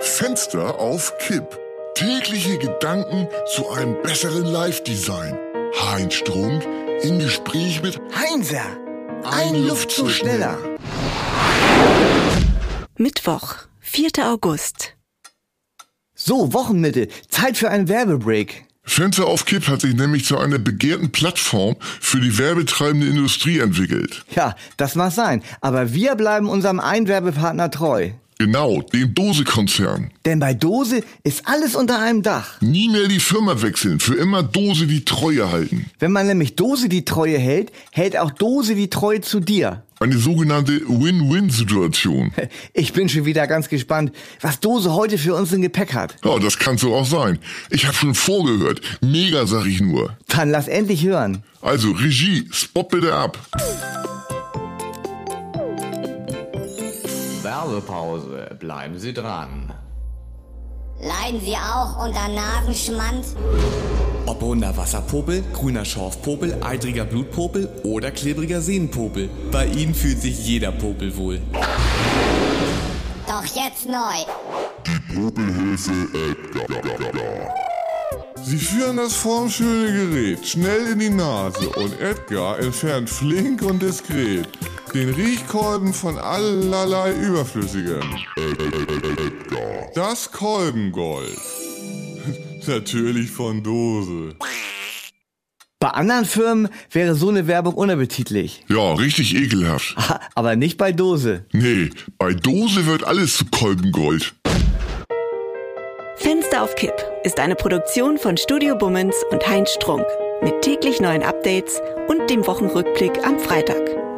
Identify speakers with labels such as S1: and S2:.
S1: Fenster auf Kipp. Tägliche Gedanken zu einem besseren Live-Design. Heinz Strunk im Gespräch mit
S2: Heinser, ein, Luftzug schneller.
S3: Mittwoch, 4. August.
S2: So, Wochenmitte, Zeit für einen Werbebreak.
S1: Fenster auf Kipp hat sich nämlich zu einer begehrten Plattform für die werbetreibende Industrie entwickelt.
S2: Ja, das mag sein, aber wir bleiben unserem Einwerbepartner treu.
S1: Genau, dem Dose-Konzern.
S2: Denn bei Dose ist alles unter einem Dach.
S1: Nie mehr die Firma wechseln, für immer Dose die Treue halten.
S2: Wenn man nämlich Dose die Treue hält, hält auch Dose die Treue zu dir.
S1: Eine sogenannte Win-Win-Situation.
S2: Ich bin schon wieder ganz gespannt, was Dose heute für uns im Gepäck hat.
S1: Ja, das kann so auch sein. Ich habe schon vorgehört. Mega, sag ich nur.
S2: Dann lass endlich hören.
S1: Also, Regie, spot bitte ab.
S4: Werbepause. Bleiben Sie dran.
S5: Leiden Sie auch unter Nasenschmand?
S6: Ob runder Wasserpopel, grüner Schorfpopel, eitriger Blutpopel oder klebriger Sehnenpopel. Bei Ihnen fühlt sich jeder Popel wohl.
S5: Doch jetzt neu.
S7: Sie führen das formschöne Gerät schnell in die Nase und Edgar entfernt flink und diskret den Riechkolben von allerlei Überflüssigem. Das Kolbengold. Natürlich von Dose.
S2: Bei anderen Firmen wäre so eine Werbung unappetitlich.
S1: Ja, richtig ekelhaft.
S2: Ha, Aber nicht bei Dose.
S1: Nee, bei Dose wird alles zu Kolbengold.
S3: Fenster auf Kipp ist eine Produktion von Studio Bummens und Heinz Strunk. Mit täglich neuen Updates und dem Wochenrückblick am Freitag.